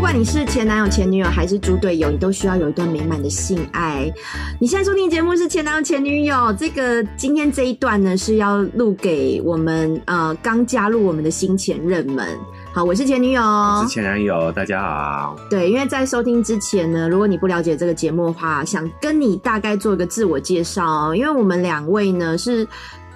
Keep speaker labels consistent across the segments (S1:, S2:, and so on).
S1: 管你是前男友、前女友还是猪队友，你都需要有一段美满的性爱。你现在收听的节目是《前男友、前女友》，这个今天这一段呢是要录给我们呃刚加入我们的新前任们。好，我是前女友，
S2: 我是前男友，大家好。
S1: 对，因为在收听之前呢，如果你不了解这个节目的话，想跟你大概做一个自我介绍、哦，因为我们两位呢是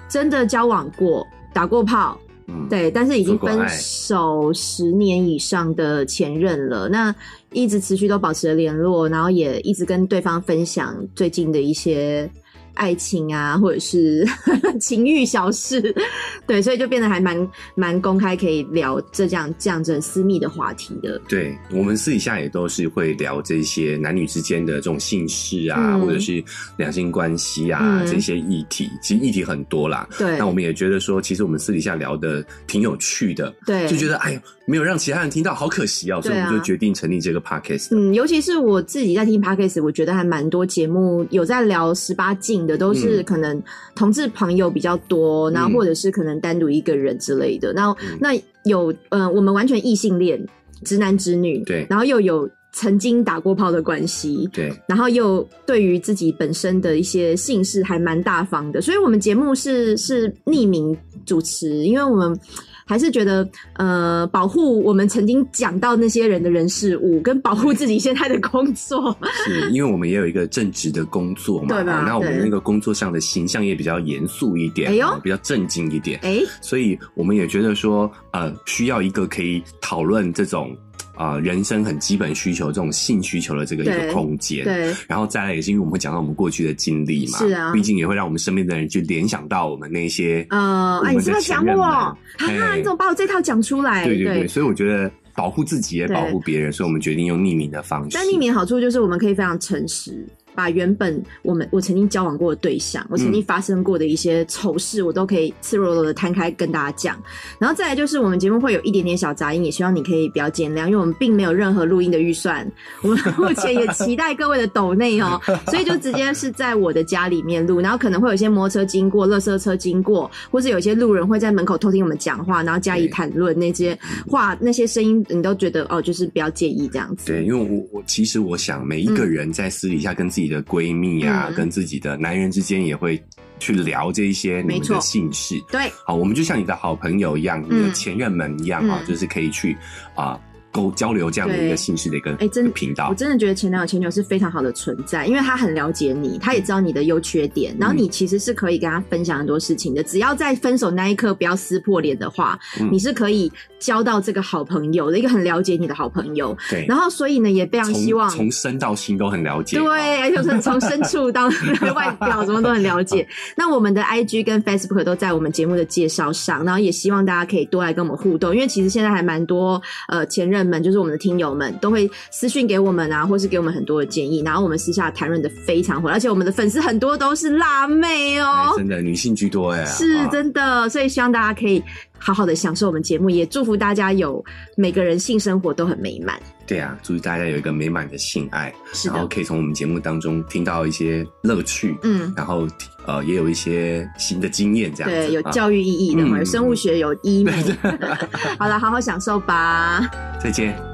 S1: 真的交往过、打过炮。
S2: 嗯，
S1: 对，但是已经
S2: 如果爱
S1: 分手十年以上的前任了，那一直持续都保持了联络，然后也一直跟对方分享最近的一些爱情啊，或者是 情欲小事， 对，所以就变得还蛮蛮公开，可以聊这这样这样子很私密的话题的。
S2: 对我们私底下也都是会聊这些男女之间的这种性事啊，
S1: 嗯
S2: 或者是两性关系啊、
S1: 嗯
S2: 这些议题，其实议题很多啦。
S1: 对，
S2: 那我们也觉得说，其实我们私底下聊的挺有趣的，
S1: 对
S2: 就觉得哎呦，没有让其他人听到，好可惜哦、所以
S1: 对
S2: 我
S1: 啊
S2: 们就决定成立这个 podcast。
S1: 嗯，尤其是我自己在听 podcast，我觉得还蛮多节目有在聊十八禁的，都是
S2: 嗯
S1: 可能同志朋友比较多，然后
S2: 嗯
S1: 或者是可能单独一个人之类的。那、
S2: 嗯
S1: 那有呃，我们完全异性恋，直男直女，
S2: 对
S1: 然后又有曾经打过炮的关系，
S2: 对，
S1: 然后又对于自己本身的一些姓氏还蛮大方的，所以我们节目是是匿名主持，因为我们还是觉得呃保护我们曾经讲到那些人的人事物，跟保护自己现在的工作，
S2: 是因为我们也有一个正职的工作嘛，
S1: 对吧
S2: 哦那我们
S1: 对
S2: 那个工作上的形象也比较严肃一点，
S1: 哎呦
S2: 哦比较正经一点。
S1: 哎、
S2: 所以我们也觉得说，呃，需要一个可以讨论这种啊、呃人生很基本需求、这种性需求的这个一
S1: 对
S2: 个空间。
S1: 对
S2: 然后再来也是因为我们会讲到我们过去的经历嘛，
S1: 是啊
S2: 毕竟也会让我们身边的人去联想到我们那些
S1: 呃，哎、
S2: 我
S1: 你
S2: 们
S1: 是
S2: 的
S1: 不是要
S2: 前
S1: 讲
S2: 任
S1: 我
S2: 们
S1: 啊？
S2: 嘿
S1: 你怎么把我这套讲出来？
S2: 哎对对对，所以我觉得保护自己也
S1: 哎对
S2: 保护别人，所以我们决定用匿名的方式。
S1: 但匿名的好处就是我们可以非常诚实，把原本我们我曾经交往过的对象，我
S2: 嗯
S1: 曾经发生过的一些丑事，我都可以赤裸裸的摊开跟大家讲。然后再来就是我们节目会有一点点小杂音，也希望你可以不要见谅，因为我们并没有任何录音的预算，我 们目前也期待各位的抖内哦，所以就直接是在我的家里面录，然后可能会有一些摩托车经过、垃圾车经过，或是有一些路人会在门口偷听我们讲话，然后加以
S2: 对
S1: 谈论那些话、那些声音，你都觉得哦，就是不要介意这样子。
S2: 对，因为我我其实我想，每一个人在私底下跟自己的闺蜜啊，
S1: 嗯
S2: 跟自己的男人之间也会去聊这一些你
S1: 没
S2: 们
S1: 错
S2: 的性事。
S1: 对，
S2: 好，我们就像你的好朋友一样，你的
S1: 嗯
S2: 前任们一样啊，
S1: 嗯
S2: 就是可以去啊沟、交流这样的一
S1: 对
S2: 个性事的一个
S1: 哎真
S2: 一个频道
S1: 我。真的觉得前男友前女友是非常好的存在，因为他很了解你，他也知道你的优缺
S2: 嗯
S1: 点，然后你其实是可以跟他分享很多事情的。只要在分手那一刻不要撕破脸的话，
S2: 嗯
S1: 你是可以交到这个好朋友的一个很了解你的好朋友。
S2: 对，
S1: 然后所以呢，也非常
S2: 从
S1: 希望
S2: 从身到心都很了解。哦
S1: 对，而且从从深处到外表什么都很了解。那我们的 IG 跟 Facebook 都在我们节目的介绍上，然后也希望大家可以多来跟我们互动，因为其实现在还蛮多呃前任们，就是我们的听友们都会私讯给我们啊，或是给我们很多的建议，然后我们私下谈论的非常火，而且我们的粉丝很多都是辣妹
S2: 哎
S1: 哦。
S2: 真的女性居多哎、
S1: 是
S2: 啊
S1: 真的，所以希望大家可以好好的享受我们节目，也祝福大家有每个人性生活都很美满。
S2: 对啊，祝大家有一个美满的性爱，
S1: 是
S2: 然后
S1: 的，
S2: 可以从我们节目当中听到一些乐趣，
S1: 嗯，
S2: 然后呃也有一些新的经验这样子。
S1: 对，有
S2: 啊
S1: 教育意义的嘛，
S2: 嗯
S1: 有生物学，有医美。
S2: 对
S1: 好了，好好享受吧。
S2: 再见。